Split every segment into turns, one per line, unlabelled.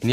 你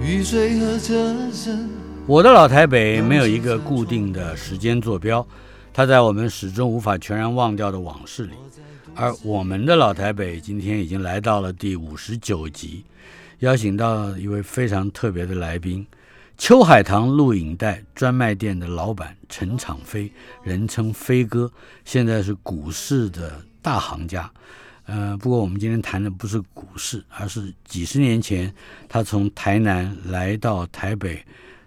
雨水和车声，
我的老台北没有一个固定的时间坐标，它在我们始终无法全然忘掉的往事里。而我们的老台北今天已经来到了第五十九集，邀请到一位非常特别的来宾——秋海棠录影带专卖店的老板陈长飞，人称飞哥，现在是股市的大行家。呃，不过我们今天谈的不是股市，而是几十年前他从台南来到台北，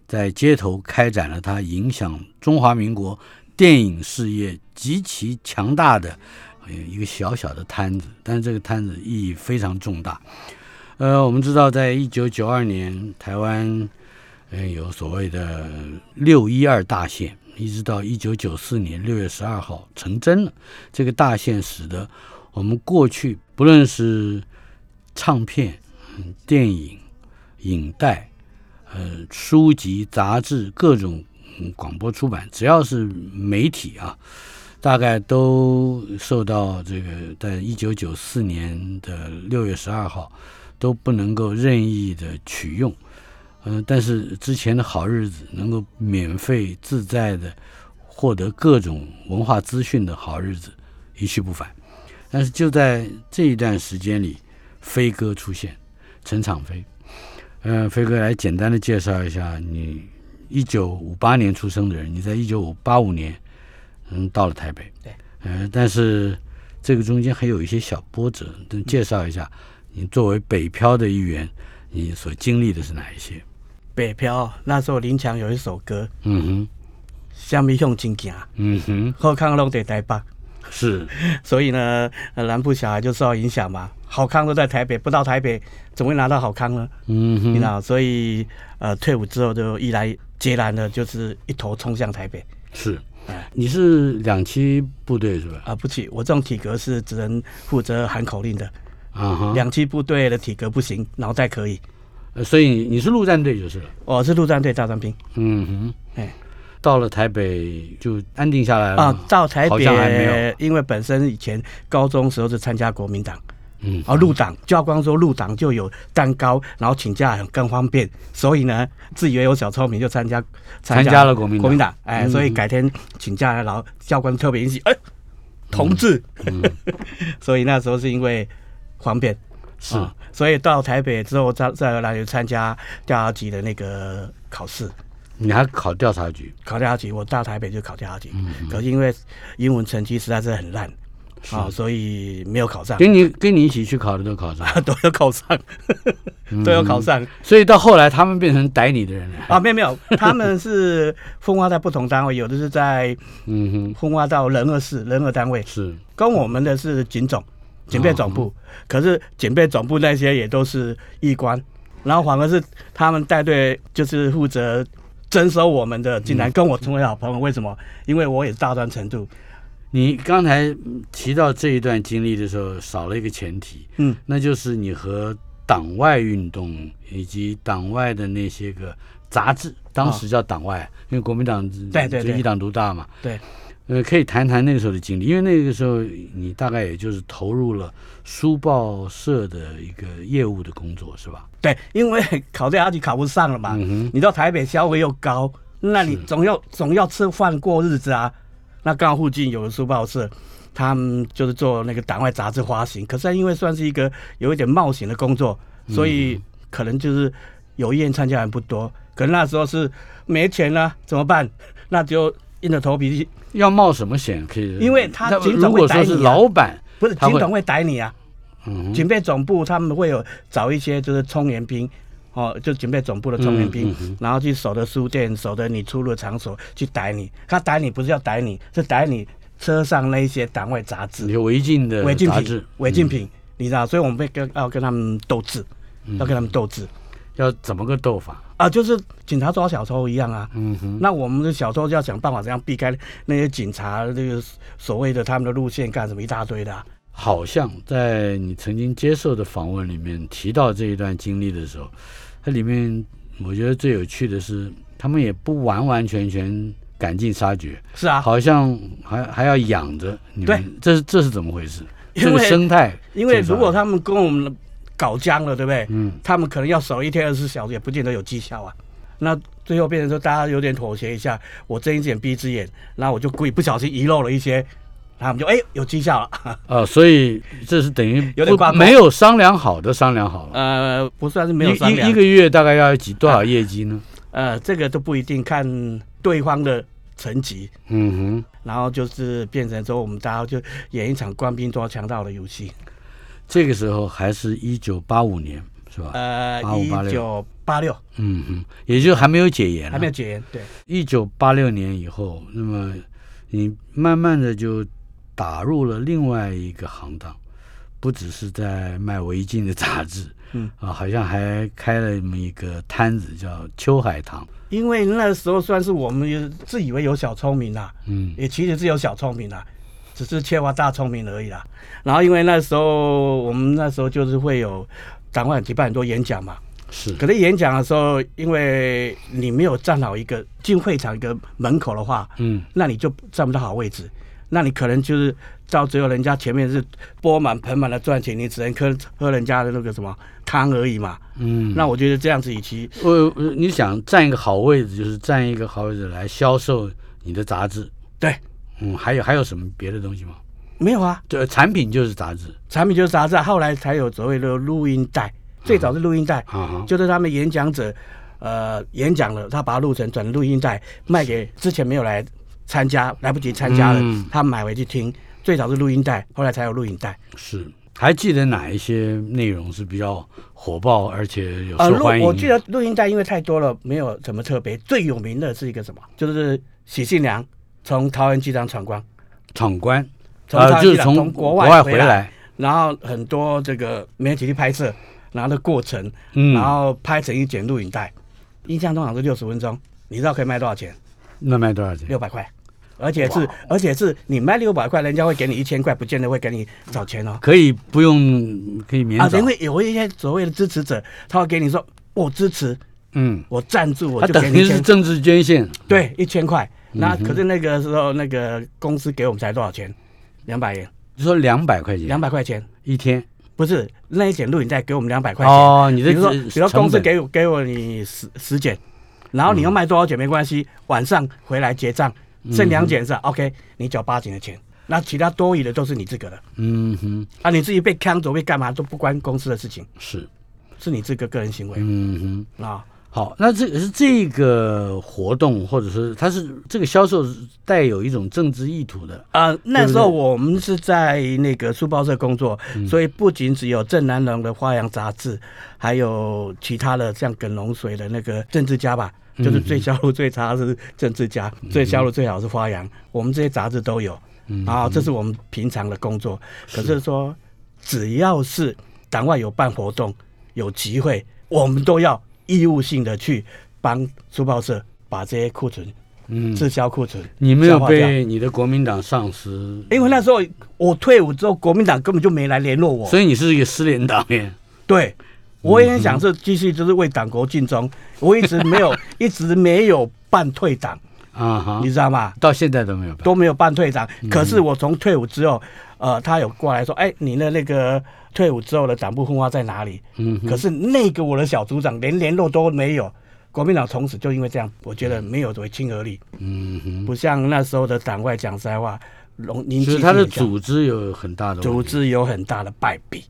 在街头开展了他影响中华民国电影事业极其强大的呃一个小小的摊子，但是这个摊子意义非常重大。呃，我们知道，在一九九二年，台湾嗯有所谓的六一二大限，一直到一九九四年六月十二号成真了。这个大限使得我们过去不论是唱片、嗯电影、影带、呃书籍、杂志、各种、嗯广播出版，只要是媒体啊，大概都受到这个在一九九四年的六月十二号都不能够任意的取用。嗯、但是之前的好日子能够免费自在的获得各种文化资讯的好日子一去不返。但是就在这一段时间里，飞哥出现，陈敞飞。嗯、飞哥来简单的介绍一下，你一九五八年出生的人，你在一九五八五年，嗯，到了台北。
对。
嗯、但是这个中间还有一些小波折，能介绍一下，你作为北漂的一员，你所经历的是哪一些？
北漂那时候林强有一首歌
嗯哼，
《虾米向前行》，
嗯哼，
后康拢得台北，
是，
所以呢，呃南部小孩就受到影响嘛。好康都在台北，不到台北怎么会拿到好康呢？
嗯
你知
哼，
道，所以呃，退伍之后就毅然决然的，就是一头冲向台北
是。
哎
你是两栖部队是吧？
啊！不起，我这种体格是只能负责喊口令的，
啊哈，
两栖部队的体格不行，脑袋可以。
呃所以你你是陆战队就是了。
我是陆战队大专兵，
嗯哼，
哎
到了台北就安定下来了
啊
吗，
到台
嗯好像还没有
北，因为本身以前高中时候是参加国民党。
嗯
啊，入党，教官说入党就有蛋糕，然后请假很更方便，所以呢，自以为有小聪明就参加
参加了国民党
国民党，哎，
嗯
所以改天请假，然后教官特别引起，哎，同志， 所以那时候是因为方便，
是
啊所以到台北之后，再再来就参加调查局的那个考试，
你还考调查局，
考调查局，我到台北就考调查局，
嗯
可是因为英文成绩实在是很烂，啊，所以没有考上，
跟你跟你一起去考的都考上，
都有考上，都有考上。
所以到后来他们变成逮你的人了。
啊，没有没有，他们是分化在不同单位，有的是在
嗯哼，
分化到人二室、人二单位，
是
跟我们的是警总、警备总部。可是警备总部那些也都是义官，然后反而是他们带队就是负责征收我们的，竟然跟我成为好朋友。为什么？因为我也是大专程度，
你刚才嗯提到这一段经历的时候，少了一个前提，
嗯，
那就是你和党外运动以及党外的那些个杂志，当时叫党外，因为国民党
啊对对
就
对
一党独大嘛，
对。
呃，可以谈谈那个时候的经历，因为那个时候你大概也就是投入了书报社的一个业务的工作，是吧？啊
对，因为考这阿局考不上了嘛，你到台北消费又高，那你总要总要吃饭过日子啊。那刚好附近有个书报社，他们就是做那个党外杂志发行，可是因为算是一个有一点冒险的工作，所以可能就是有意愿参加的人不多。可能那时候是没钱了、怎么办？那就硬着头皮去，
要冒什么险可以？
因为他
那
警
如
长会
果
逮
说
你
是
啊
老板，
不是
他
警
会
统会逮你啊。
嗯哼，
警备总部他们会有找一些就是冲岩兵哦，就警备总部的重点兵，
嗯嗯
然后去守着书店，守着你出入场所去逮你。他逮你不是要逮你，是逮你车上那一些党外杂志。
有违禁的
违禁
杂
品
志，，嗯
违禁品，你知道，所以我们会跟要跟他们斗智，要跟他们斗智
要怎么个斗法？
啊，就是警察抓小偷一样啊。
嗯哼，
那我们的小偷就要想办法怎样避开那些警察这个所谓的他们的路线干什么一大堆的啊、
好像在你曾经接受的访问里面提到这一段经历的时候，它里面我觉得最有趣的是，他们也不完完全全赶尽杀绝，
是啊，
好像还还要养着你们，这是这是怎么回事？
因
这个
为
生态，
因为如果他们跟我们搞僵了，对不对？
嗯
他们可能要守一天二十四小时，也不见得有绩效啊。那最后变成说，大家有点妥协一下，我睁一只眼闭一只眼，那我就故意不小心遗漏了一些，然后我们就哎、有绩效了。
呃，所以这是等于
有点挂
不
钩
没有商量好的商量好了，
呃，不算是没有商
一
量
一一个月大概要几多少业绩呢？
呃，这个都不一定看对方的成绩，
嗯哼。
然后就是变成说我们大家就演一场官兵捉强盗的游戏。
这个时候还是一九八五年，是吧？
呃，一
85
九八六
嗯哼，也就还没有解严、啊，
还没有解严，对，
一九八六年以后，那么你慢慢的就打入了另外一个行当，不只是在卖违禁的杂志，
嗯
啊，好像还开了那么一个摊子叫秋海棠，
因为那时候算是我们也自以为有小聪明啦、
嗯
也其实是有小聪明啦，只是缺乏大聪明而已啦。然后因为那时候我们那时候就是会有党外举办很多演讲嘛，
是，
可是演讲的时候，因为你没有站好一个进会场一个门口的话，
嗯
那你就站不到好位置，那你可能就是到最后人家前面是钵满盆满的赚钱，你只能喝喝人家的那个什么汤而已嘛。
嗯，
那我觉得这样子，与其
我我你想占一个好位置，就是占一个好位置来销售你的杂志，
对，
嗯，还有还有什么别的东西吗？
没有啊，
对，产品就是杂志，
产品就是杂志啊，后来才有所谓的录音带，
嗯
最早是录音带，
啊哈，
就是他们演讲者，呃，演讲了，他把它录成转录音带，卖给之前没有来参加、来不及参加的，
嗯
他买回去听。最早是录音带，后来才有录影带。
是。还记得哪一些内容是比较火爆，而且有
呃，
受
录
欢迎的？
我记得录音带因为太多了，没有什么特别。最有名的是一个什么？就是许信良从桃园机场闯关，
闯关，
从
啊，
他
就
伊
是
朗
从
从
国
国
外
外
回
回来
来，
然后很多这个媒体去拍摄，然后的过程，
嗯，
然后拍成一卷录影带，印象中好像是六十分钟，你知道可以卖多少钱？
那卖多少钱？
六百块，而且是而且是你卖六百块，人家会给你一千块，不见得会给你找钱哦。
可以不用，可以免
啊，
找
因，为有一些所谓的支持者，他会给你说我支持，
嗯，
我赞助，我
他
就给
等
你
于
一
是嗯
千，
政治捐献，
对，一千块。那可是那个时候，那个公司给我们才多少钱？两百元，
就说两百块钱
两百块钱，
一天。
不是那一卷录影带给我们两百块钱。
哦，你的
比如说，
成
比如说公
成
司
本
给我给我你十十卷，然后你要卖多少卷没关系，晚上回来结账，剩两卷是吧 OK，你缴八卷的钱，那其他多余的都是你自个的
嗯哼，
啊，你自己被坑走被干嘛都不关公司的事情，
是，
是你这个个人行为
嗯哼。
啊。
好，那这是这个活动，或者是它是这个销售是带有一种政治意图的，
啊、那时候我们是在那个书报社工作，
嗯
所以不仅只有郑南榕的《花样杂志》，还有其他的像耿龙水的那个政治家吧，
嗯
就是最销路最差是政治家，最销路最好是花样。我们这些杂志都有，
嗯
然后这是我们平常的工作。可是说，只要是党外有办活动、有集会，我们都要义务性的去帮书报社把这些库存
嗯，
滞销库存消化掉。哎
你没有被你的国民党上司，
因为那时候我退伍之后，国民党根本就没来联络我。
所以你是一个失联党员，
对，我也很想
嗯
是继续就是为党国尽忠，我一直没 有一直没有办退党，
啊嗯哈
你，知道吗？
到现在都没有办，
都没有办退党。可是我从退伍之后，呃，他有过来说，哎，你的那个退伍之后的党部分化在哪里？
嗯
可是那个我的小组长连联络都没有。国民党从此就因为这样，我觉得没有为亲和力，
嗯哼。
不像那时候的党外讲实在话，龙林
就是他的组织有很大的
组
问题。
织有很大的败笔。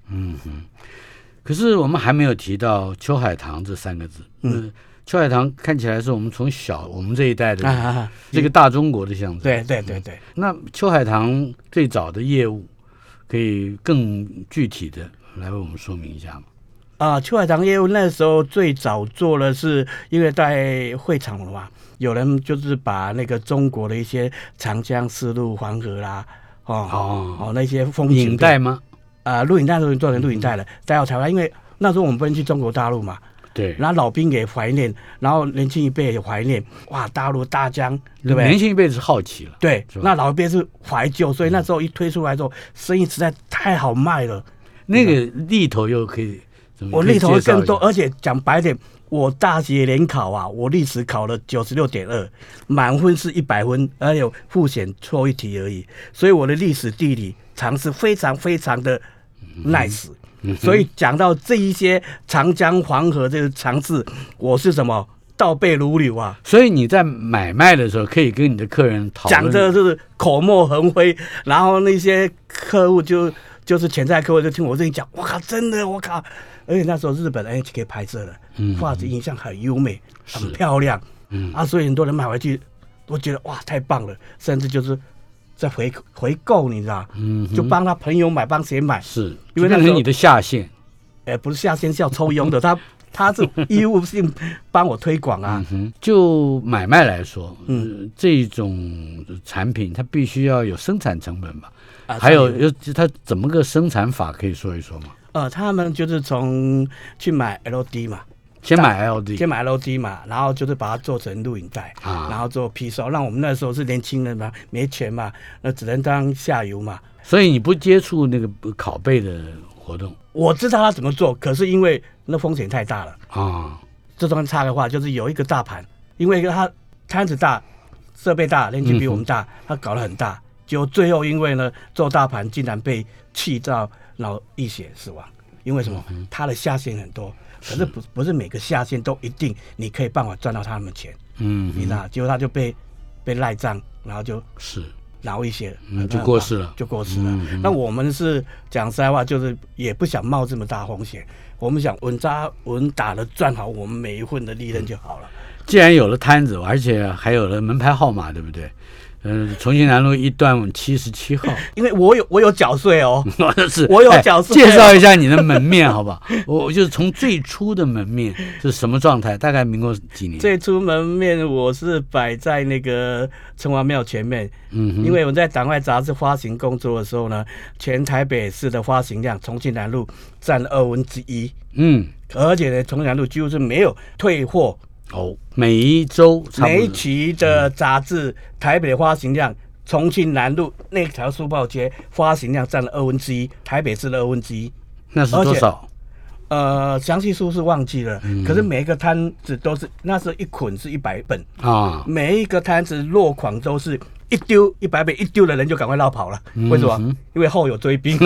可是我们还没有提到秋海棠这三个字。
嗯
呃，秋海棠看起来是我们从小我们这一代的、
啊啊啊！
这个大中国的象征。，
对对对对，
那秋海棠最早的业务可以更具体的来为我们说明一下吗？
啊，秋海棠业务那时候最早做的是，因为在会场了嘛，有人就是把那个中国的一些长江丝路、黄河啦、哦
哦
哦那些风景
影
片
带嗯吗？
啊，录影带都做成录影带了，带到台湾，因为那时候我们不能去中国大陆嘛，
对，
然后老兵也怀念，然后年轻一辈也怀念，哇，大陆大江，对不
年
对？
轻一辈是好奇了，
对
是，吧
那老一辈是怀旧，所以那时候一推出来之后，生意实在太好卖了。
那个里头又可以怎么？
嗯我
可以
力头
介绍
更
一
多，
下
而且讲白点，我大学联考啊，我历史考了九十六点二，满分是一百分，而有复选错一题而已，所以我的历史地理常识非常非常的
嗯
nice。所呃以讲到这一些长江黄河这个长治，我是什么倒背如流啊，
所以你在买卖的时候，可以跟你的客人讨论
讲的就是口沫横飞，然后那些客户就就是潜在客户就听我这一讲，我靠，真的，我靠！而且那时候日本 NHK 拍摄了，
嗯
画质影像很优美，很漂亮，啊，所以很多人买回去都觉得哇，太棒了，甚至就是在回回购，你知道，
嗯
就帮他朋友买，帮谁买，
是，
因为
就
那
变
时
成
候
你的下线。
哎、不是下线是要 抽佣的，他他是义务性帮我推广啊，
嗯，就买卖来说，嗯，这种产品它必须要有生产成本吧？
啊
还有
所以
有它怎么个生产法可以说一说吗？
呃，他们就是从去买 LD 嘛，
先买 LD，
先买 LD 嘛，然后就是把它做成录影带，
嗯啊
然后做批售。那我们那时候是年轻人嘛，没钱嘛，那只能当下游嘛。
所以你不接触那个拷贝的活动
我知道他怎么做，可是因为那风险太大了。
啊，
这段差的话，就是有一个大盘，因为他摊子大，设备大，年纪比我们大，他搞得很大，就最后因为呢做大盘竟然被气到脑溢血死亡。因为什么？他的下线很多，可是不不是每个下线都一定你可以办法赚到他们钱。
嗯，
你知道，结果他就被被赖账，然后就
是
饶一些，啊
嗯就过世了嗯
就过世了。那我们是讲实在话，就是也不想冒这么大风险，我们想稳扎稳打的赚好我们每一份的利润就好了。
既然有了摊子，而且还有了门牌号码，对不对？嗯、重庆南路一段七十七号，
因为我有我有缴税哦，
是
我有
哎
角色
介绍一下你的门面，好 吧？我我就是从最初的门面是什么状态？大概民国几年？
最初门面我是摆在那个城隍庙前面，
嗯哼
因为我在党外杂志发行工作的时候呢，全台北市的发行量，重庆南路占二分之一，
嗯，
而且呢，重庆南路几乎是没有退货
哦，每一周差
每
不
一
多嗯
期的杂志，台北的发行量，重庆南路那条书报街发行量占了二分之一，台北市的二分之一。
那是
而且
多少？
呃，详细数是忘记了，
嗯
可是每一个摊子都是，那时候一捆是一百本，
啊，
每一个摊子落款都是一丢一百本，一丢的人就赶快绕跑了。
嗯
为什么？因为后有 追兵，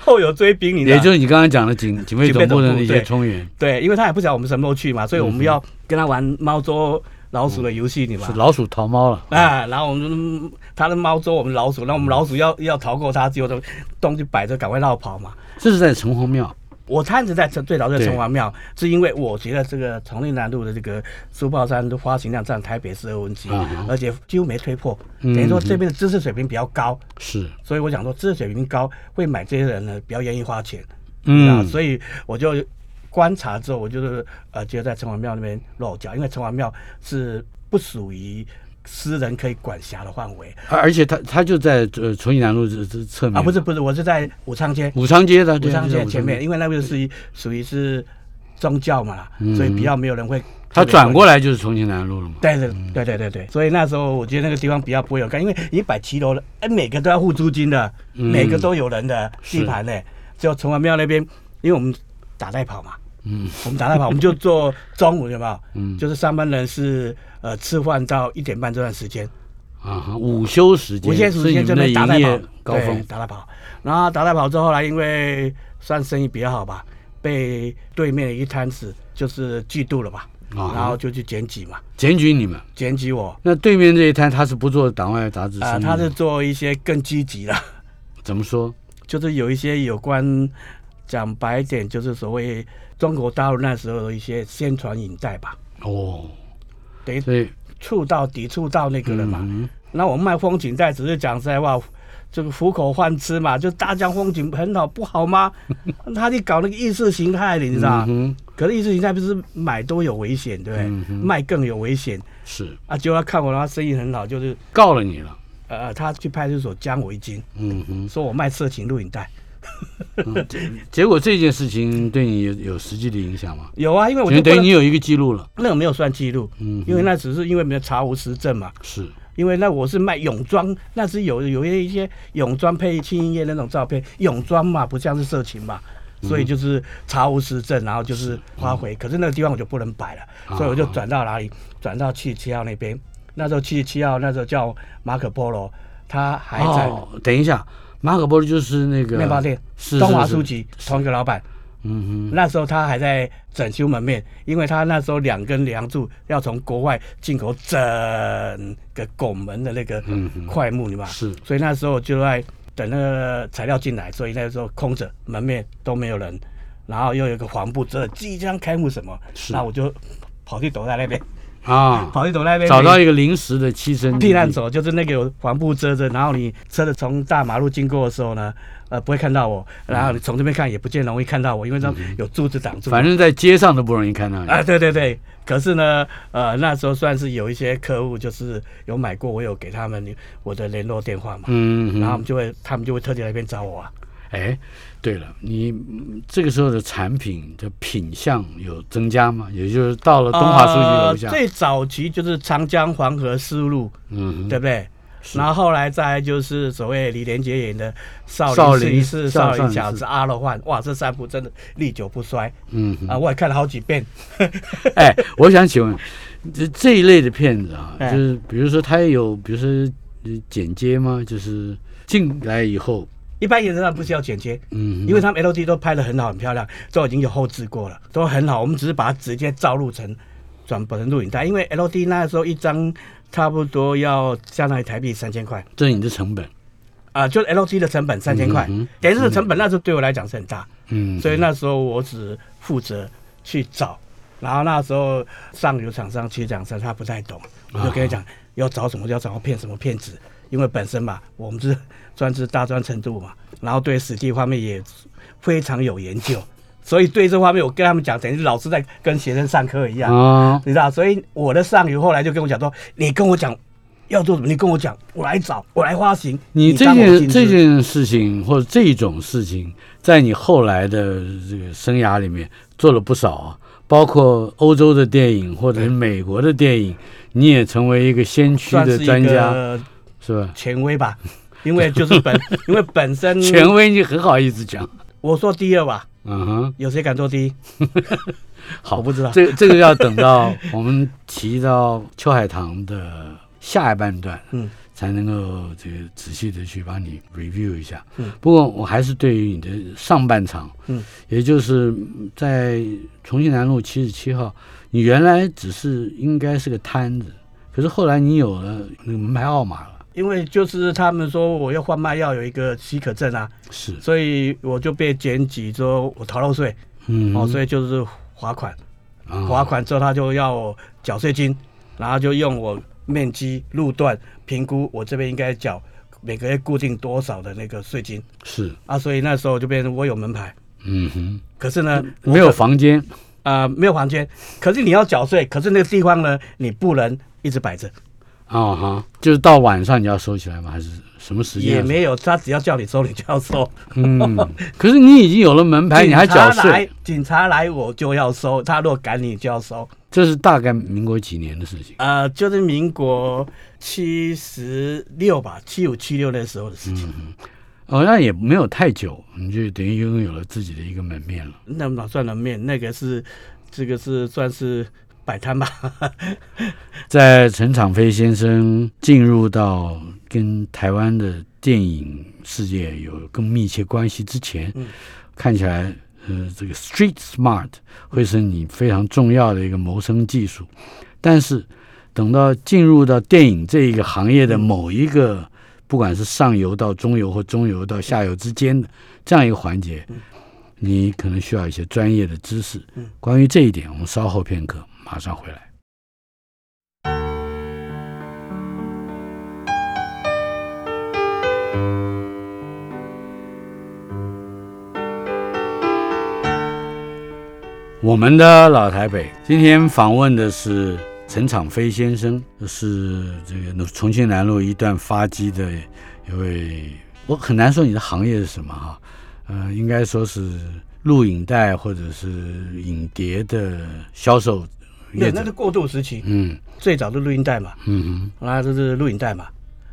后有追兵，你知道
也就是你刚刚讲的警警卫
警
总
备
部的
总部
那些
对
冲员，
对，因为他也不晓得我们什么时候去嘛，所以我
嗯
们要跟他玩猫捉老鼠的游戏，你嘛
是。老鼠逃猫 了。
啊，然后我们他的猫捉我们老鼠，那我们老鼠要 要逃过它，只有东东西摆着，赶快绕跑嘛。
这是在城隍庙，
我摊子在城最早在
对
城隍庙，是因为我觉得这个重庆南路的这个书报山的发行量占台北市二分之一
啊哈，嗯
而且几乎没推破，等于说这边的啊知识水平比较高，
是，
所以我想说知识水平高会买这些人呢比较愿意花钱，啊，
嗯，
所以我就观察之后，我就是呃，觉得在城隍庙那边落脚，因为城隍庙是不属于私人可以管辖的范围
而而且他他就在呃重庆南路这这侧面
啊，不是不是，我是在武昌街，
武昌街的，
武
嗯对
昌
就在
街前面，
街
因为那边是属于是宗教嘛，所以比较没有人会。
嗯他转过
来。
来嗯就是重庆南路了嘛。
对对对对对对，所以那时候我觉得那个地方比较不会有干，因为你摆骑楼的，哎，每个都要付租金的，每个都有人的
嗯是
地盘的，就城隍庙那边，因为我们打代跑嘛，嗯，我们打 代跑，我们就做中午有没有？嗯，就是上班人是呃吃饭到一点半这段时间，
啊哈，午休时间，
午休
是
时
你
间
们
就
的
能打
营
代跑
业，高
对
峰。
打代跑。然后打代跑之后，后来因为算生意比较好吧，被对面的一摊子就是嫉妒了吧，
啊
然后就去检举嘛，
检举你们。
检举我。
那对面这一摊他是不做党外杂志生
啊、
意的，
他是做一些更积极的，
怎么说？
就是有一些有关讲白点，就是所谓中国大陆那时候的一些宣传引带吧，
哦，
等于
所以
触到抵触到那个了嘛。那我们卖风景带只是讲实在话，这个糊口饭吃嘛，就大江风景很好，不 好吗？他就搞那个意识形态的，你知道？
嗯哼
可是意识形态不是买多有危险，对不对？
嗯哼
卖更有危险
是
啊！结果他看我他生意很好，就是
告了你了，
呃，他去派出所将我一惊，
嗯哼，
说我卖色情录影带。
结果这件事情对你有有实际的影响吗？
有啊，因为我
等于
就不
等于
能
你有一个记录了，
那个没有算记录，
嗯哼，
因为那只是因为没有查无实证嘛。
是
因为那我是卖泳装，那是有有一些泳装配轻音乐那种照片，泳装嘛，不像是色情嘛，
嗯
所以就是查无实证，然后就是发回。可是那个地方我就不能摆了，
啊
所以我就转到哪里？转到七十七号那边。那时候七十七号那时候叫马可波罗，他还在
哦，等一下，马可波罗就是那个
面包店，
是
东华
是是
书局同一个老板。
嗯哼，
那时候他还在整修门面，因为他那时候两根梁柱要从国外进口整个拱门的那个块木，你嘛，
嗯是
所以那时候就在等那个材料进来，所以那时候空着，门面都没有人，然后又有一个黄布遮，即将开幕什么，
是
那我就跑去躲在那边，
啊，
跑去躲在那边
找到一个临时的栖身之地
避难所就是那个有黄布遮着，然后你车子从大马路经过的时候呢，呃，不会看到我，
嗯
然后你从这边看也不见容易看到我，因为它有柱子挡住。
反正在街上都不容易看到你。
啊，对对对。可是呢，呃，那时候算是有一些客户就是有买过，我有给他们我的联络电话嘛，
嗯，
然后他们就会他们就会特地来那边找我啊。
哎，对了，你嗯这个时候的产品的品相有增加吗？也就是到了东华书局楼下，
呃呃最早期就是长江黄河丝路，
嗯
对
哼，
不对？然后后来再来就是所谓李连杰演的《
少
少
林
林寺一世
少
少
少
林
林
小
寺
子阿罗汉》，哇，这三部真的历久不衰
嗯
啊！
哼，
我也看了好几遍。
哎，我想请问，这这一类的片子啊，
哎
就是比如说它也有，比如说呃剪接吗？就是进来以后，
一般演员上不需要剪接，
嗯哼，
因为他们 LD 都拍的很好，很漂亮，都已经有后置过了，都很好。我们只是把它直接照录成转本成录影带，因为 LD 那时候一张差不多要相当于台币三千块
这是你的成本，
啊，就是 LD 的成本三千块
嗯哼，
等于是成本那时候对我来讲是很大，
嗯，
所以那时候我只负责去找。然后那时候上游厂商、其实厂商他不太懂，我就跟他
啊
讲要找什么要找骗什么骗子，因为本身嘛我们是专制大专程度嘛，然后对实际方面也非常有研究，所以对这方面我跟他们讲，等于老师在跟学生上课一样，
啊，
你知道？所以我的上游后来就跟我讲说，你跟我讲要做什么，你跟我讲，我来找，我来发行。
你这
当我
件
禁
这
止
件事情或者这种事情，在你后来的这个生涯里面做了不少啊，包括欧洲的电影或者是美国的电影，你也成为一个先驱
算
的
是一
专家，
个
是吧？
权威吧， 因为就 是本因为本身
权威，你很好意思讲，
我说第二吧，
嗯哼，
有谁敢做第一？
好，
我不 知道
这这个要等到我们提到邱海棠的下一半段，
嗯，
才能够这个仔细的去帮你 review 一下。
嗯，
不过我还是对于你的上半场，
嗯，
也就是在重庆南路七十七号，你原来只是应该是个摊子，可是后来你有了那个门牌号码了，
因为就是他们说我要贩卖要有一个许可证啊，
是，
所以我就被检举说我逃漏税，
嗯，
哦，所以就是罚款，
啊
罚款之后他就要我缴税金，然后就用我面积、路段评估我这边应该缴每个月固定多少的那个税金
是，
啊，所以那时候就变成我有门牌，
嗯哼，
可是呢
没有房间，
啊、没有房间，可是你要缴税，可是那个地方呢你不能一直摆着，
啊哈，就是到晚上你要收起来吗？还是什么时间
也
要收？
没有他只要叫你收你就要收。
嗯，可是你已经有了门牌，哎你还缴
警察来
税，，
警察来我就要收，他若赶你就要收。
这是大概民国几年的事情？
呃，就是民国七十六吧，七五七六那时候的事情。
哦，那也没有太久，你就等于拥有了自己的一个门面了。
那哪算人面？那个是，这个是算是摆 摊吧。
在陈长飞先生进入到跟台湾的电影世界有更密切关系之前，
嗯
看起来，呃，这个 street smart 会是你非常重要的一个谋生技术。但是，等到进入到电影这一个行业的某一个，不管是上游到中游或中游到下游之间的这样一个环节，你可能需要一些专业的知识
嗯。
关于这一点，我们稍后片刻马上回来。我们的老台北，今天访问的是陈敞飞先生，是这个重庆南路一段发迹的一位，我很难说你的行业是什么哈、呃，应该说是录影带或者是影碟的销售
对，
业
那
者
是，过渡时期，
嗯
最早的录音带嘛，
嗯
那就是录影带嘛。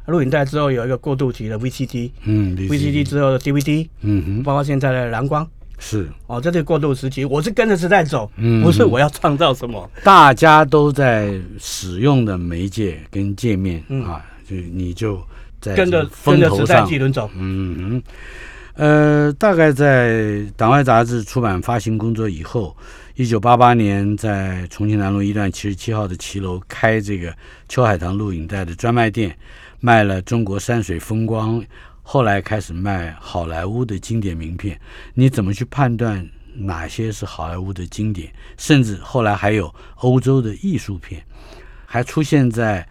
录影带之后有一个过渡期的 VCD，VCD
哼嗯 VCD
之后的 DVD，
嗯哼
包括现在的蓝光。
是
哦，这是过渡时期，我是跟着时代走，
嗯
不是我要创造什么。
大家都在使用的媒介跟界面、
嗯
啊，就你就在
跟着
这个
跟
风
着
头
时代
上，
巨轮走。
嗯哼，呃，大概在《党外杂志》出版发行工作以后，一九八八年在重庆南路一段七十七号的骑楼开这个秋海棠录影带的专卖店，卖了《中国山水风光》，后来开始卖好莱坞的经典名片。你怎么去判断哪些是好莱坞的经典？甚至后来还有欧洲的艺术片，还出现在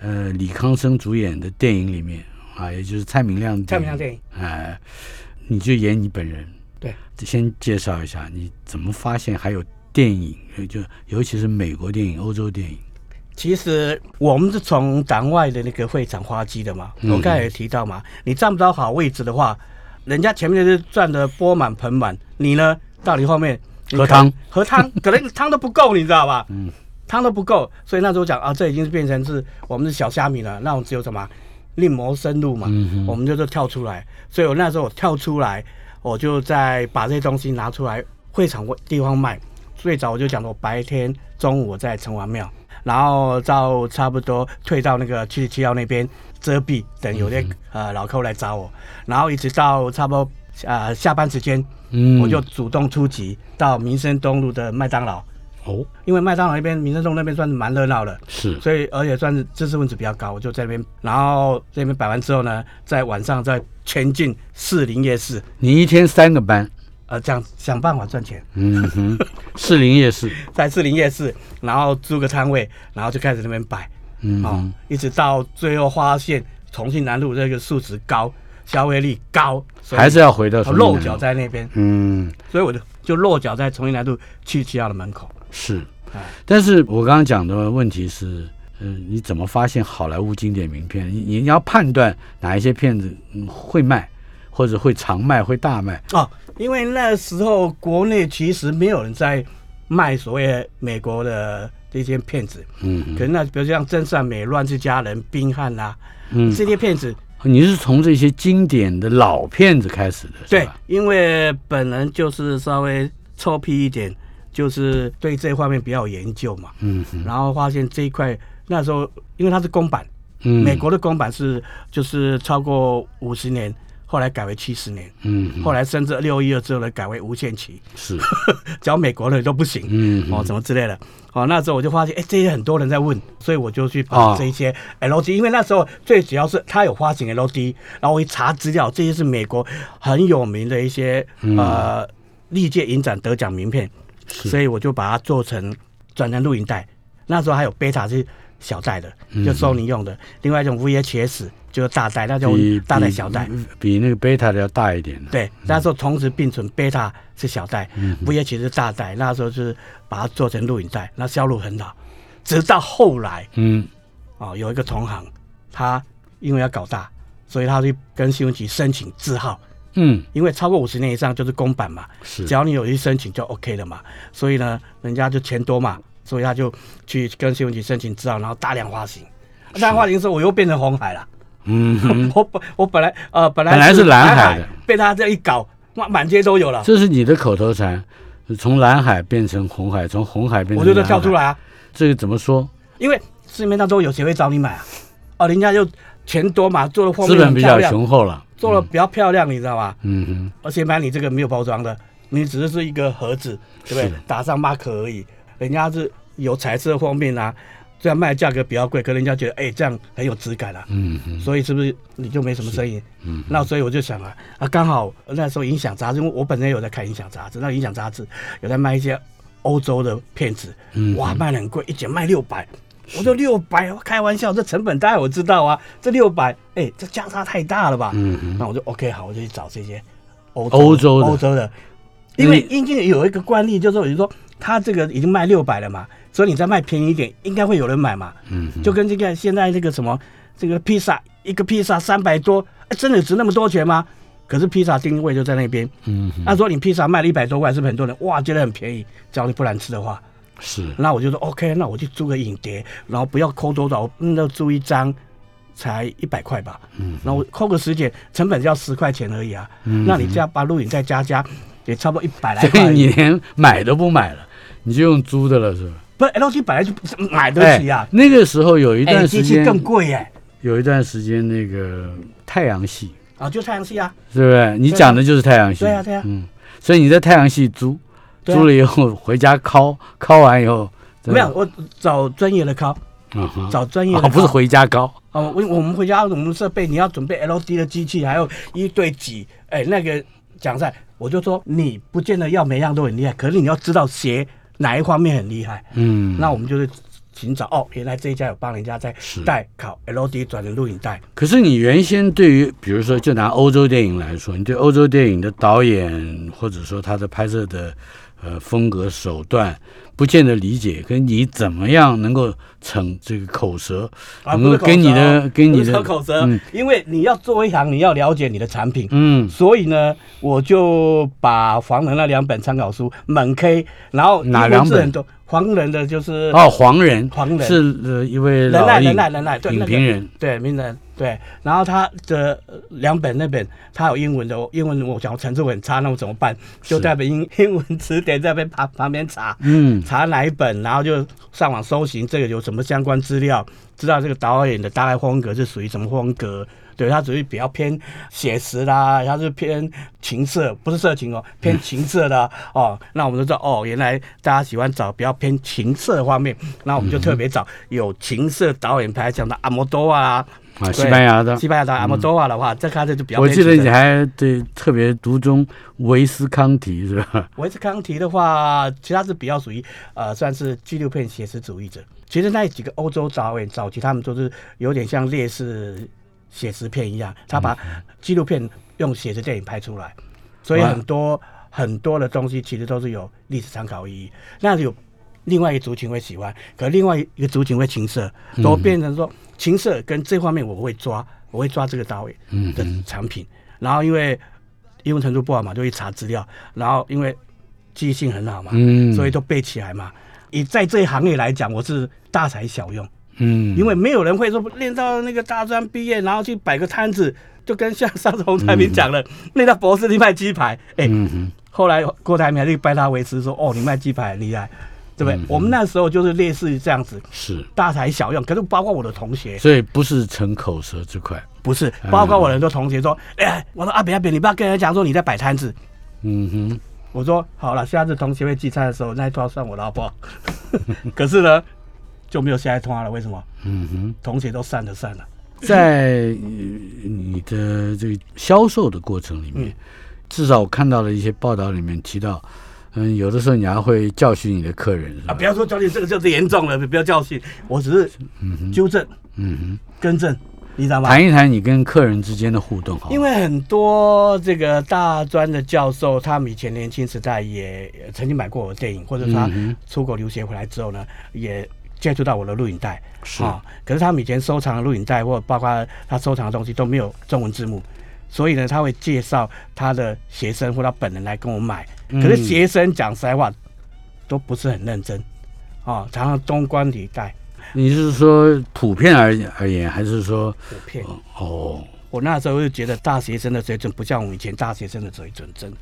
呃李康生主演的电影里面啊，也就是蔡明亮的
蔡明亮电影，
哎、你就演你本人。
对，
先介绍一下你怎么发现还有电影，呃就尤其是美国电影、欧洲电影。
其实我们是从党外的那个会场发迹的嘛，
嗯
我刚才也提到嘛，你占不到好位置的话，人家前面就是赚的钵满盆满，你呢到你后面你可
喝汤
喝汤，可能汤都不够，你知道吧？嗯，汤都不够，所以那时候讲啊，这已经是变成是我们是小虾米了，那我们只有什么另谋生路嘛，
嗯
我们就是跳出来，所以我那时候我跳出来，我就在把这些东西拿出来会场地方卖。最早我就讲了，我白天中午我在城隍庙，然后到差不多退到那个七十七号那边遮蔽，等有
嗯
些、呃老客户来找我，然后一直到差不多呃下班时间，
嗯
我就主动出击到民生东路的麦当劳，
哦，
因为麦当劳那边民生东路那边算是蛮热闹的，
是
所以而且算是知识分子比较高，我就在那边，然后这边摆完之后呢，在晚上再前进士林夜市，
你一天三个班，
呃，这样想办法赚钱。
嗯哼，士林夜市，
在士林夜市，然后租个摊位，然后就开始那边摆，
嗯
哦
哼，，
一直到最后发现重庆南路这个数值高，消费力高，所以
还是要回到重庆南路
落脚在那边，
嗯。
所以我就就落脚在重庆南路去七号的门口。
是
哎，
但是我刚刚讲的问题是，嗯、你怎么发现好莱坞经典名片？你你要判断哪一些片子、嗯、会卖，或者会常卖、会大卖？
哦，因为那时候国内其实没有人在卖所谓美国的这些片子，
嗯
可是那比如像《真善美》《乱世佳人》《冰汉》啊，
嗯，
这些片子，
你是从这些经典的老片子开始的，是
对
吧？，
因为本人就是稍微臭屁一点，就是对这方面比较有研究嘛，
嗯哼
然后发现这一块那时候因为它是公版，
嗯，
美，国的公版是就是超过五十年，后来改为七十年，
嗯哼，
后来甚至六一二之后呢改为无限期，
是，
只要美国的都不行，
嗯哼
哦，什么之类的。哦，那时候我就发现，哎、这些很多人在问，所以我就去
啊
把这一些 LD，、因为那时候最主要是它有发行 LD，然后我一查资料，这些是美国很有名的一些、
嗯
呃历届影展得奖名片，所以我就把它做成转成录影带。那时候还有贝塔是小袋的，就收你用的；另外一种 VHS 就是大袋，那叫
比
大袋小袋。
比比那个贝塔的要大一点的，
对，那时候同时并存，贝塔是小袋，VH
嗯
是大袋，那时候就是把它做成录影带，那销路很好。直到后来
嗯
啊、有一个同行，他因为要搞大，所以他去跟新闻局申请字号，
嗯
因为超过五十年以上就是公版嘛，
是
只要你有去申请就 OK 了嘛。所以呢，人家就钱多嘛，所以他就去跟新闻局申请字号，然后大量发行。大量发行的时候，我又变成红海了。
嗯 哼，
我本我本来呃本来
本来是蓝海的
被他这样一搞，满满街都有了。
这是你的口头禅，从蓝海变成红海，从红海变成
我就
蓝
都
海
跳出，来啊，
这个怎么说？
因为市面上都有，谁会找你买啊？哦，人家就钱多嘛，做的后
资
面
本
很
比
漂
较
亮，
雄厚了，
做的比较漂亮，你知道吧？
嗯哼。
而且买你这个没有包装的，你只是是一个盒子，对不
是
对
的？
打上 mark 而已，人家是有彩色封面啊，虽然卖的价格比较贵，可人家觉得哎、这样很有质感啊。
嗯哼，
所以是不是你就没什么生意？嗯，那所以我就想啊，啊，刚好那时候影响杂志，因为我本身有在看影响杂志，那影响杂志有在卖一些欧洲的片子，
嗯
哇，卖的很贵，一卷卖六百，我说六百，开玩笑，这成本当然我知道啊，这六百，哎，这价差太大了吧？
嗯哼，
那我就 OK 好，我就去找这些欧
欧洲的
欧洲的，
因
因
为
为英经有一个惯例，就是比如说它这个已经卖六百了嘛，所以你再卖便宜一点，应该会有人买嘛。
嗯哼，
就跟这个现在这个什么这个披萨，一个披萨三百多、哎真的值那么多钱吗？可是披萨定位就在那边，
嗯哼，
那如果你披萨卖了一百多块，是不是很多人哇觉得很便宜？只要你不难吃的话，
是
那我就说 OK，那我就租个影碟，然后不要抠多少，嗯，那租一张才一百块吧，嗯，然后我抠个十节，成本只要十块钱而已啊，那你加把录影再加加，也差不多一百来
嗯 所以
块。
你连买都不买了，你就用租的了，是吧？
不是 LG 本来就不是买得起啊
哎，那个时候有一
哎，
段
机
时
器
间，
更贵哎、
有一段时间那个太阳系，
啊，就太阳系啊，
是不是？你讲的就是太阳系，
对啊对啊
嗯，所以你在太阳系租，
对啊
租了以后回家敲，敲完以后再
没有，我找专业的敲，
嗯哼
找专业的
哦，不是
敲
回家敲，
哦，我我们回家我们设备，你要准备 LD 的机器，还有一对几，哎，那个讲在，我就说你不见得要每样都很厉害，可是你要知道鞋哪一方面很厉害。
嗯，
那我们就是寻找哦，原来这一家有帮人家在
是
带考 LD 转成录影带，
可是你原先对于，比如说，就拿欧洲电影来说，你对欧洲电影的导演或者说他的拍摄的呃风格手段，不见得理解，跟你怎么样能够逞这个口舌，
啊，
能
不
够
是口
跟嗯你
舌哦
的跟
不
你
是
的
口舌，
嗯
因为你要做一行，你要了解你的产品，
嗯，
所以呢，我就把黄仁那两本参考书猛 K，然后
哪两本
英文字很多？黄仁的 就是
哦，黄仁，
黄仁
是呃一位
仁
老
爱
影
仁爱仁爱对
影
那个
评人，
对，名人对，然后他的呃两本那本他有英文的，我英文我讲我程度很差，那我怎么办？就是在本英 英文词典在边旁旁边查，
嗯
查哪一本，然后就上网搜寻这个有什么相关资料，知道这个导演的大概风格是属于什么风格。对他属于比较偏写实啦，他是偏情色，不是色情哦，偏情色的哦。那我们就知道哦，原来大家喜欢找比较偏情色方面，那我们就特别找有情色导演拍，像的阿莫多瓦啦，
啊，
对
西班牙的
西。班牙的阿莫多瓦的话，这他这就比较
我
偏
记
情色。
得你还对特别读中维斯康提是吧？
啊维斯康提的话，其实他是比较属于呃，算是纪录片写实主义者。其实那几个欧洲导演早期，他们都是有点像烈士写实片一样，他把纪录片用写实电影拍出来，所以
哇
很多很多的东西其实都是有历史参考意义。那有另外一个族群会喜欢，可另外一个族群会情色，都变成说情色跟这方面我会抓，我会抓这个导演的
嗯
产品。然后因为英文程度不好嘛，就去查资料，然后因为记忆性很好嘛，
嗯
所以都背起来嘛。以在这一行业来讲，我是大材小用，
嗯，
因为没有人会说练到那个大专毕业，然后去摆个摊子，就跟像上次洪台明讲的，练到博士去卖鸡排，哎、
嗯哼
后来郭台铭还去拜他为师，说哦，你卖鸡排很厉害，
嗯
对不对？我们那时候就是类似于这样子，
是，
大材小用。可是包括我的同学，
所以不是逞口舌之快。
不是，包括我的很多同学说，哎、我说阿扁阿扁，你不要跟人家讲说你在摆摊子。
嗯哼。
我说好了，下次同学会聚餐的时候，那一桌算我了，好不好？ 可是呢，就没有下一通了。为什么？
嗯哼，
同学都散了，散了。
在呃你的这个销售的过程里
嗯
面，至少我看到了一些报道里面提到，嗯，有的时候你还会教训你的客人，是
啊，
吧？
不要说教训，这个就是严重了，不要教训，我只是纠正、
嗯
更正，你知道
哼，
吗？
谈一谈你跟客人之间的互动，好吗，
因为很多这个大专的教授，他们以前年轻时代也也曾经买过我的电影，或者说他出国留学回来之后呢，也接触到我的录影带。
是
啊、可是他们以前收藏的录影带，或包括他收藏的东西都没有中文字幕，所以呢，他会介绍他的学生或他本人来跟我买。可是学生讲实在话，都不是很认真啊、常常东关里带
你是说普遍而而言，还是说
普遍。
哦，
我那时候就觉得大学生的水准不像我们以前大学生的水准，真的。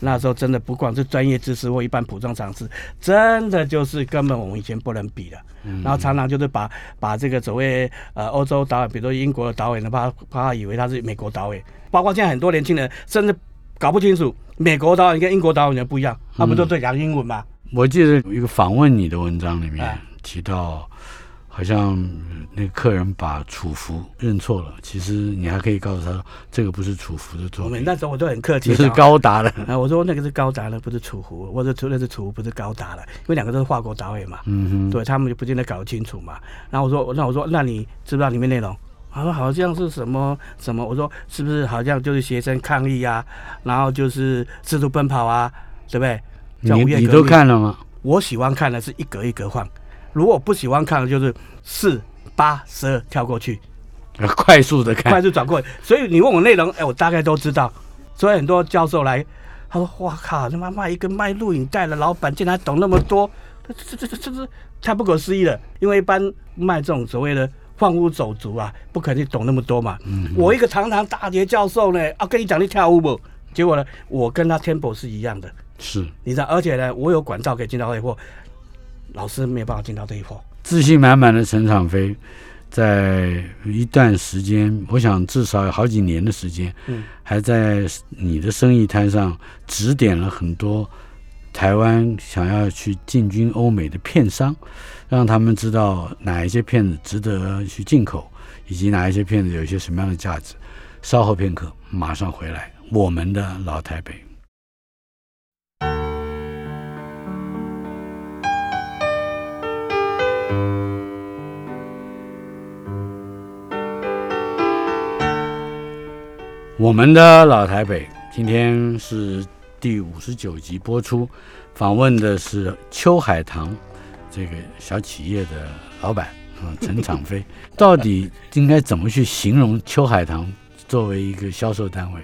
那时候真的不管是专业知识或一般普通常识，真的就是根本我们以前不能比的。然后常常就是把把这个所谓呃欧洲导演，比如说英国的导演的话，把他以为他是美国导演，包括现在很多年轻人甚至搞不清楚美国导演跟英国导演的不一样，他们都对讲英文嘛。
我记得有一个访问你的文章里面
哎
提到，好像呃那个客人把楚服认错了，其实你还可以告诉他，这个不是楚服的
我
作
们
品，
那时候我都很客气
只
的，
是高达的。
啊，我说那个是高达了，不是楚湖，我说除了是楚湖，不是高达了，因为两个都是法国导演嘛，嗯对他们就不见得搞得清楚嘛。然后我说，那我说，那你知不知道里面内容？他说好像是什么什么，我说是不是好像就是学生抗议啊，然后就是四处奔跑啊，对不对？叫
你
午夜
你
革
都
命
看了吗？
我喜欢看的是一格一格放，如果不喜欢看的就是四八十二跳过去，
快速的
快
看，
速转过去。所以你问我内容，哎、我大概都知道。所以很多教授来，他说：“哇靠，他妈卖一个卖录影带的老板竟然懂那么多，这这这这这这太不可思议了。”因为一般卖这种所谓的贩夫走卒啊，不可能懂那么多嘛。我一个堂堂大学教授呢，啊，跟你讲你跳舞不？结果呢，我跟他 tempo 是一样的，
是
你知道，而且呢，我有管道可以进到这一波，老师没有办法进到这一波。
自信满满的陈场飞，在一段时间，我想至少有好几年的时间，
嗯
还在你的生意摊上指点了很多台湾想要去进军欧美的片商，让他们知道哪一些片子值得去进口，以及哪一些片子有一些什么样的价值。稍后片刻，马上回来。我们的老台北。我们的老台北，今天是第五十九集播出，访问的是秋海棠这个小企业的老板啊、陈长飞。 到底应该怎么去形容秋海棠作为一个销售单位？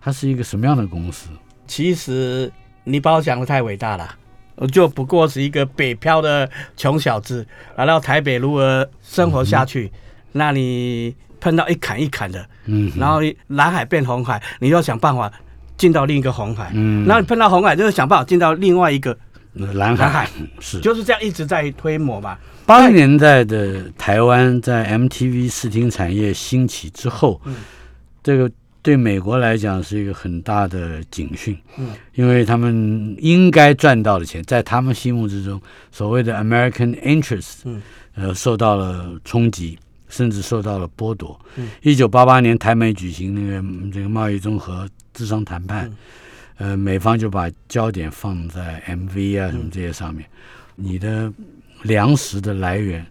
它是一个什么样的公司？
其实你把我想的太伟大了，我哦就不过是一个北漂的穷小子，来到台北如何生活下去？那你碰到一坎一坎的，
嗯，
然后蓝海变红海，你要想办法进到另一个红海，
嗯，
然后你碰到红海就是想办法进到另外一个
蓝
蓝
海嗯
海，
是
就是这样一直在推磨嘛。
八零年代的台湾在 MTV 视听产业兴起之后，
嗯
这个对美国来讲是一个很大的警讯，
嗯
因为他们应该赚到的钱，在他们心目之中，所谓的 American interest，、
嗯
呃，受到了冲击，甚至受到了剥夺
嗯。
一九八八年台美举行那个嗯这个贸易综合智商谈
嗯
判，呃，美方就把焦点放在 MV
嗯
啊什么这些上面，你的粮食的来源，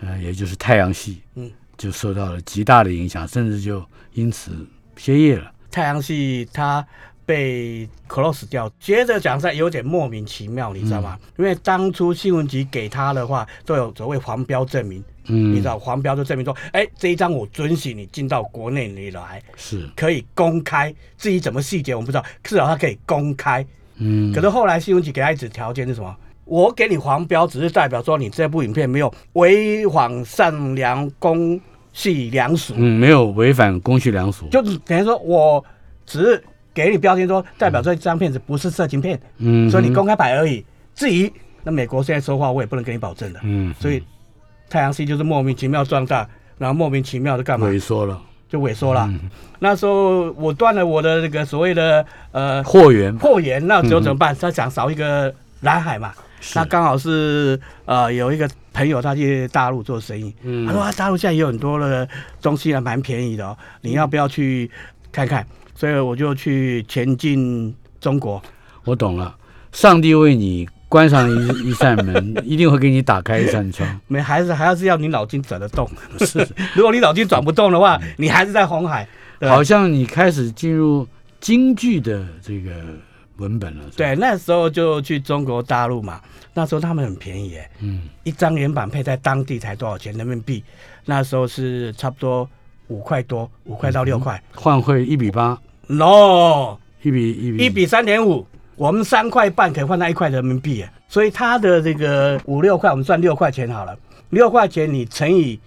呃，也就是太阳系，
嗯，
就受到了极大的影响，甚至就因此歇业了。
太阳系它被 close 掉，接着讲在有点莫名其妙，你知道吗？
嗯
因为当初新闻局给他的话，都有所谓黄标证明，
嗯，
你知道黄标就证明说，哎、这一张我准许你进到国内你来，
是，
可以公开，至于怎么细节我们不知道，至少它可以公开。
嗯，
可是后来新闻局给他一纸条件是什么？我给你黄标，只是代表说你这部影片没有违反善良公序良俗，
嗯，没有违反公序良俗，
就是等于说我只是给你标签说，代表这张片子不是色情片，
嗯，
所以你公开摆而已。至于那美国现在说话，我也不能给你保证的。
嗯，
所以太阳系就是莫名其妙壮大，然后莫名其妙的干嘛？
萎缩了，
就萎缩了。
嗯
那时候我断了我的那个所谓的呃
货源
货源，那时候怎么
嗯
办？他想少一个蓝海嘛。
是
那刚好是呃有一个朋友他去大陆做生意，
嗯
他说啊大陆现在也有很多的东西还蛮便宜的哦，你要不要去看看？所以我就去前进中国，
我懂了，上帝为你关上了一 一扇门，一定会给你打开一扇窗。
没还是还要是要你脑筋转得动，是， 如果你脑筋转不动的话，你还是在红海。 对
嗯好像你开始进入京剧的这个文本了。是吧，
对，那时候就去中国大陆嘛，那时候他们很便宜耶，
嗯，
一张原版配在当地才多少钱人民币？那时候是差不多五块多，五块到六块。
换汇一比八，
no，
一比一比
一比三点五，我们三块半可以换到一块人民币耶，所以它的这个五六块，我们算六块钱好了。六块钱你乘以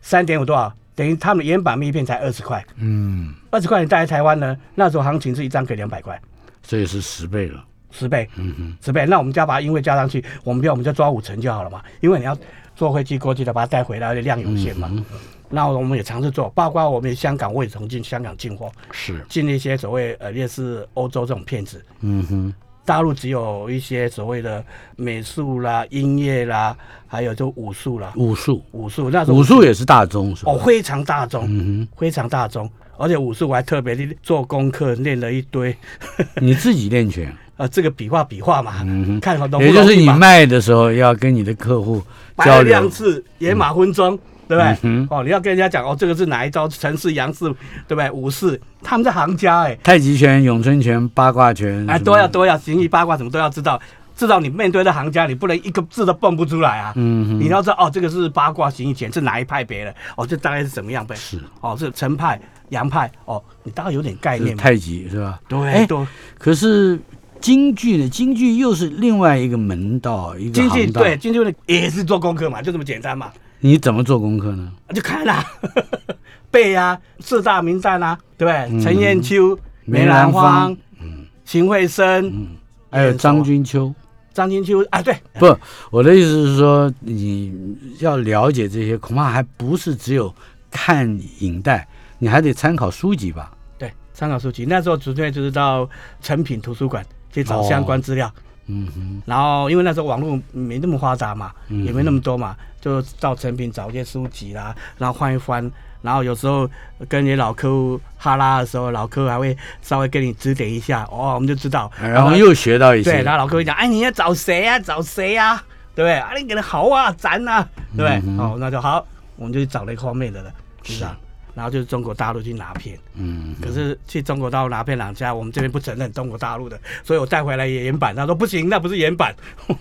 三点五多少？等于他们原版密片才二十块，
嗯，
二十块你带来台湾呢，那时候行情是一张给两百块，
这也是十倍了。
十倍。
嗯哼，
十倍，那我们加把因为加上去，我们不要我们就抓五成就好了嘛，因为你要坐飞机过去的，把它带回来，而且量有限嘛。那我们也尝试做，包括我们香港，我也曾经香港进货，
是，
进一些所谓呃类似欧洲这种片子，
嗯哼，
大陆只有一些所谓的美术啦、音乐啦，还有就武术啦，
武术，
武术那时候
武术也是大宗，是吧？
哦非常大众，
嗯
非常大众，而且武术我还特别地做功课练了一堆，
哼，你自己练 拳，
呃，这个比划比划嘛，
嗯
看好
哼，
东
也就是你
嘛。
卖的时候要跟你的客户
白
交
了
流
两。次野马分鬃，对不对？
嗯
哦，你要跟人家讲哦，这个是哪一招？陈氏、杨氏，对不对？武士，他们是行家哎、
太极拳、咏春拳、八卦拳
哎，
什么
都要
的
都要，形意八卦什么都要知道。至少你面对的行家，你不能一个字都蹦不出来啊。嗯，你要知道哦，这个是八卦行以前是哪一派别的，哦，这大概是怎么样呗。
是，
哦，是陈派、杨派，哦，你大概有点概
是
念吧。
太极是吧？
对
哎
对，
可是京剧呢？京剧又是另外一个门道，一个
经济
行当。
对，经济也是做功课嘛，就这么简单嘛，
你怎么做功课呢？
就看啦、 背啊，四大名旦啊，对不
嗯
对？陈彦秋、梅兰芳、秦桧
嗯
生、
还有
演什
张
么
君秋，
张金秋啊，对，
不，我的意思是说，你要了解这些，恐怕还不是只有看影带，你还得参考书籍吧。
对，参考书籍。那时候纯粹就是到成品图书馆去找相关资料。
嗯哼，嗯
然后，因为那时候网络没那么发达嘛，也没那么多嘛，就到成品找一些书籍啦，然后翻一翻，然后有时候跟你老客户哈拉的时候，老客户还会稍微跟你指点一下，哦，我们就知道。
哎然后又学到一
对，
些
然。后老客户讲，哎，你要找谁呀、找谁呀、对不对？啊，你给他好啊，咱啊，对不对？
嗯
哦，那就好，我们就去找那方面的了，是吧？然后就是中国大陆去拿片，
嗯，
可是去中国大陆拿片两家，我们这边不承认中国大陆的，所以我带回来也原版，他说不行，那不是原版，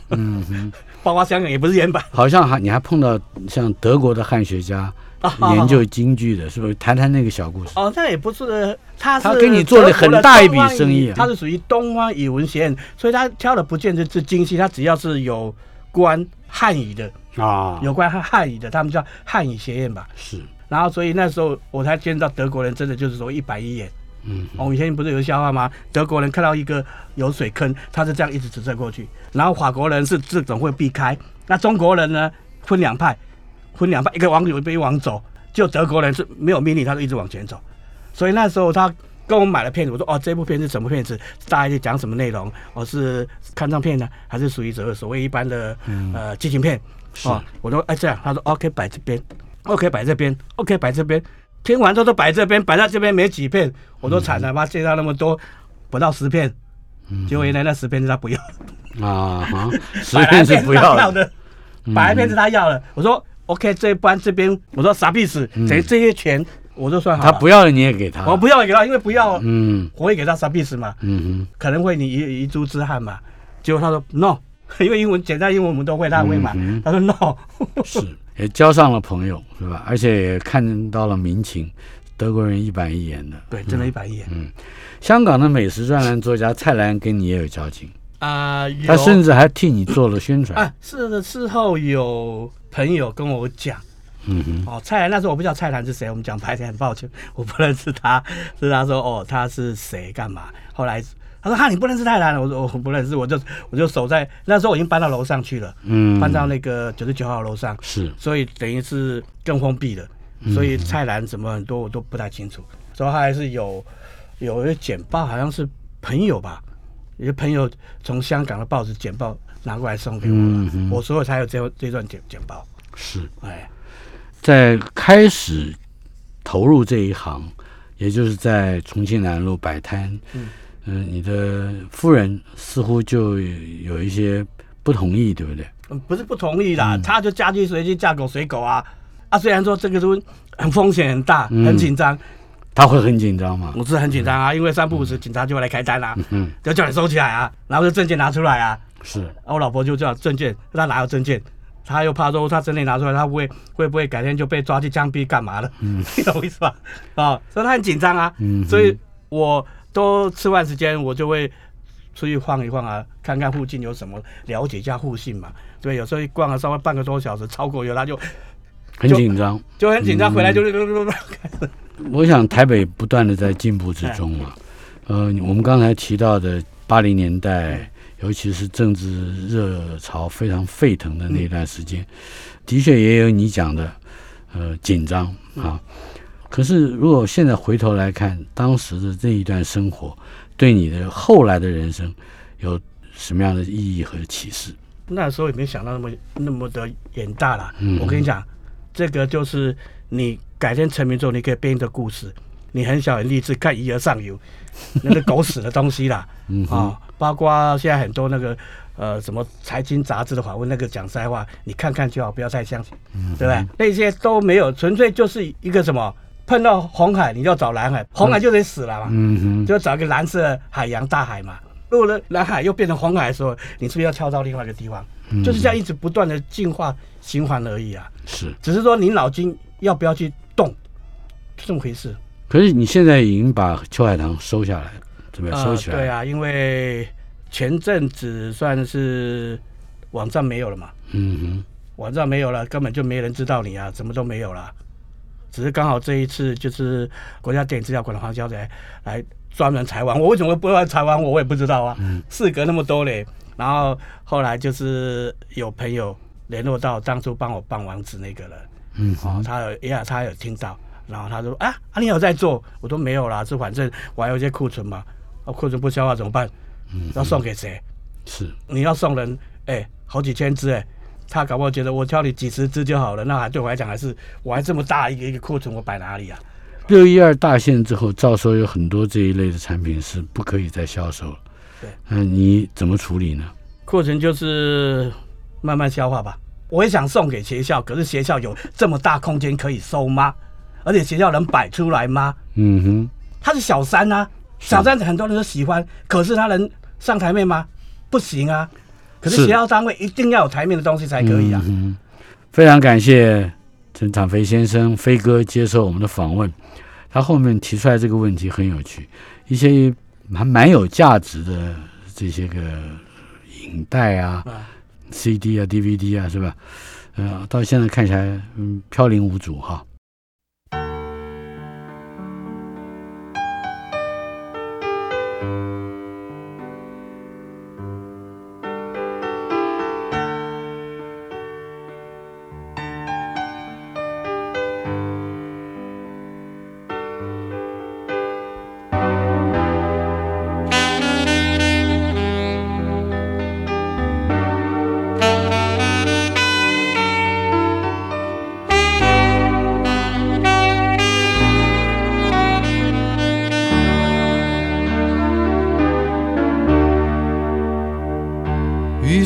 嗯
包括香港也不是原版，
好像还你还碰到像德国的汉学家
啊
研究京剧的，是不是？谈谈那个小故事。
哦，那也不是，他是
他给你做了很大一笔生意啊
德国的东方语他是属于东方语文学院，所以他挑的不见得是京戏，他只要是有关汉语的，
啊
有关汉语的，他们叫汉语学院吧。
是，
然后所以那时候我才见到德国人真的就是说一板一眼。嗯，我们以前不是有个笑话吗？德国人看到一个有水坑，他是这样一直直射过去，然后法国人是这种会避开，那中国人呢分两派，分两派，一个往右一边往左，就德国人是没有命令，他就一直往前走。所以那时候他跟我买了片子，我说哦，这部片是什么片子？大概就讲什么内容？哦，是看唱片呢，还是属于所所谓一般的、呃剧情片？哦，我说哎这样，他说 OK 摆这边，OK 摆这边，OK 摆这边。听完之后都摆这边，摆到这边没几片，我都惨
嗯
了，妈介绍那么多，不到十片，结果原来那十片是他不要，
啊 哈，嗯十
本来
片
片
是
是
不
他
要
要
的。嗯
的，本来片是他要的。我说 OK 这一班这边，我说啥意思？这这些钱我都算好
嗯他
了，
不要了，你也给他。
我不要也给他，因为不要
嗯
我会给他啥意思嘛，
嗯
可能会你遗遗珠之憾嘛。结果他说 no，因 为英文简单，英文我们都会，他会嘛。他说 no，
哼，嗯 是也交上了朋友，是吧？而且也看到了民情，德国人一板一眼的。
对，真的一板一眼
嗯香港的美食专栏作家蔡澜跟你也有交情，
啊。
他
有
甚至还替你做了宣传。
啊，是的，事后有朋友跟我讲。
嗯哼，
哦，蔡澜那时候我不知道蔡澜是谁，我们讲白点，很抱歉，我不认识他。是他说哦，他是谁干嘛？后来他说哈，你不认识蔡澜？我说我不认识，我就我就守在那时候我已经搬到楼上去了，
嗯，
搬到那个九十九号楼上，
是
所以等于是更封闭了。所以蔡澜什么很多我都不太清楚。所以后来是有有一个简报，好像是朋友吧，有些朋友从香港的报纸简报拿过来送给我了，
嗯哼
我所以才有这这段简简报。
是，
哎，
在开始投入这一行，也就是在重庆南路摆摊，嗯、你的夫人似乎就有一些不同意，对不对？
嗯，不是不同意啦，他就嫁鸡随鸡，嫁狗随狗啊。啊，虽然说这个都很风险很大，很紧张，
她会很紧张吗？
我是很紧张啊，因为三不五时警察就会来开单啊，就叫你收起来啊，然后就证件拿出来啊。
是，
啊，我老婆就叫证件，她哪有证件？她又怕说她证件拿出来，她会会不会改天就被抓去枪毙干嘛的？ 你懂我意思吧？啊，所以她很紧张啊。
嗯哼
所以我都吃饭时间，我就会出去晃一晃啊，看看附近有什么，了解一下附近嘛。对，有时候一逛了稍微半个多小时，超过有他就
很
就
紧张。
就很紧张，回来就 开始
我想台北不断的在进步之中嘛，呃，我们刚才提到的八零年
嗯
代，尤其是政治热潮非常沸腾的那段时
嗯
间，的确也有你讲的，呃，紧张
嗯
啊。可是如果现在回头来看，当时的这一段生活，对你的后来的人生有什么样的意义和启示？
那时候也没想到那么那么的远大啦。我跟你讲，这个就是你改天成名之后，你可以编一个故事。你很小很励志，看《鱼儿上游》，那个狗屎的东西啦，啊，包括现在很多那个呃什么财经杂志的访问，那个讲实在话，你看看就好，不要太相信，对不对？那些都没有，纯粹就是一个什么，碰到红海你就找蓝海，红海就得死了嘛，
嗯哼，
就找一个蓝色海洋大海嘛，如果呢蓝海又变成红海的时候，你是不是要跳到另外一个地方？
嗯
就是这样一直不断的进化循环而已啊。
是。
只是说你脑筋要不要去动，是这么回事。
可是你现在已经把秋海棠收下来了，准备
呃
收起来了。
对啊，因为前阵子算是网站没有了嘛，
嗯
网站没有了，根本就没人知道你啊，什么都没有了。只是刚好这一次就是国家电影资料馆的黄小姐来专门采访我，为什么不来采访我，我也不知道啊。事隔那么多嘞，然后后来就是有朋友联络到当初帮我办网址那个人，
嗯好，
他有也他有听到，然后他说啊啊你有在做，我说没有啦，这反正我还有一些库存嘛，啊库存不消化怎么办？要送给谁？
是
你要送人，哎、好几千只哎、他搞不好觉得我挑你几十只就好了，那还对我来讲还是我还这么大一个一个库存，我摆哪里啊？
六一二大限之后，照说有很多这一类的产品是不可以再销售了。
对，
那你怎么处理呢？
库存就是慢慢消化吧。我也想送给学校，可是学校有这么大空间可以收吗？而且学校能摆出来吗？
嗯哼，
他是小三啊，小三很多人都喜欢，可是他能上台面吗？不行啊。可
是
是学校单位一定要有台面的东西才可以啊。
嗯非常感谢陈长飞先生飞哥接受我们的访问，他后面提出来这个问题很有趣，一些还蛮有价值的这些个影带啊、
啊
CD 啊、DVD 啊，是吧？呃，到现在看起来，嗯，飘零无主哈。
雨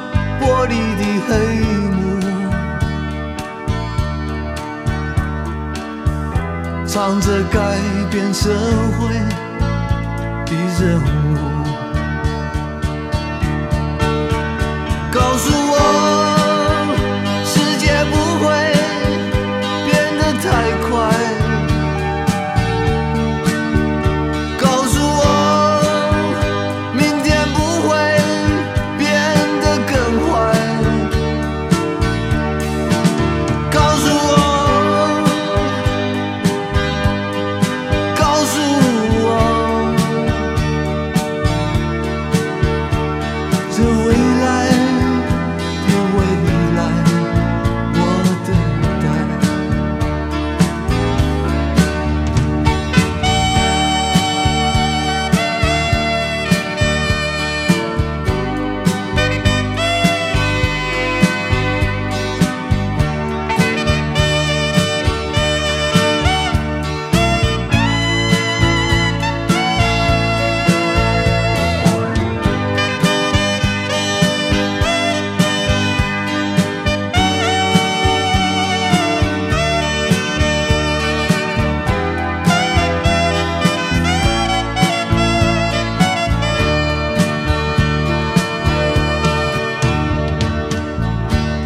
玻璃的黑幕，唱着改变社会的任务。告诉我，世界不会变得太快。告诉我。明天不会变得更坏。告诉我，告诉我，这未来的未来，我等待。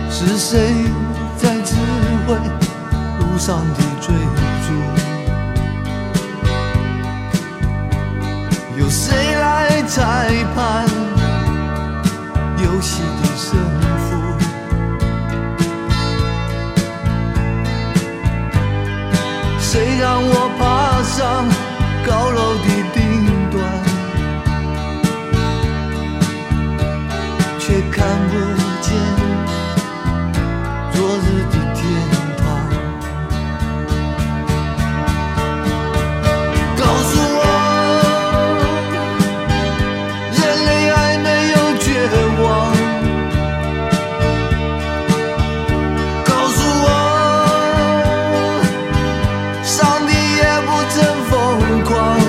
是谁在指挥路上的追逐？由谁来裁判熟悉的生活。谁让我爬上高楼的顶端，却看不见昨日的天堂？告诉我。人类还没有绝望。告诉我，上帝也不曾疯狂。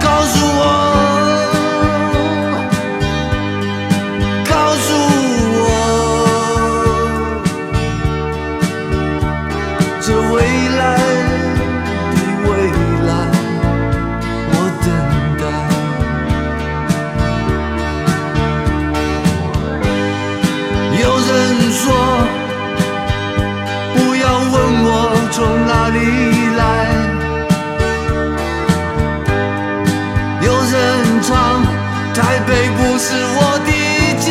告诉我，告诉我，这未来的未来。我等待。有人说，不要问我从哪里来。有人唱，台北不是我的家。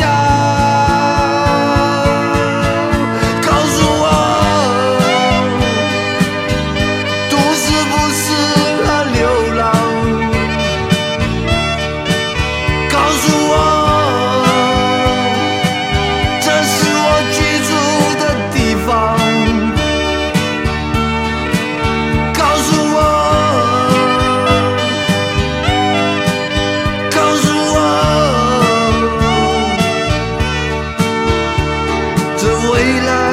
告诉我。都市不适合流浪。告诉我，这是我居住的地方。告诉我，告诉我，这未来。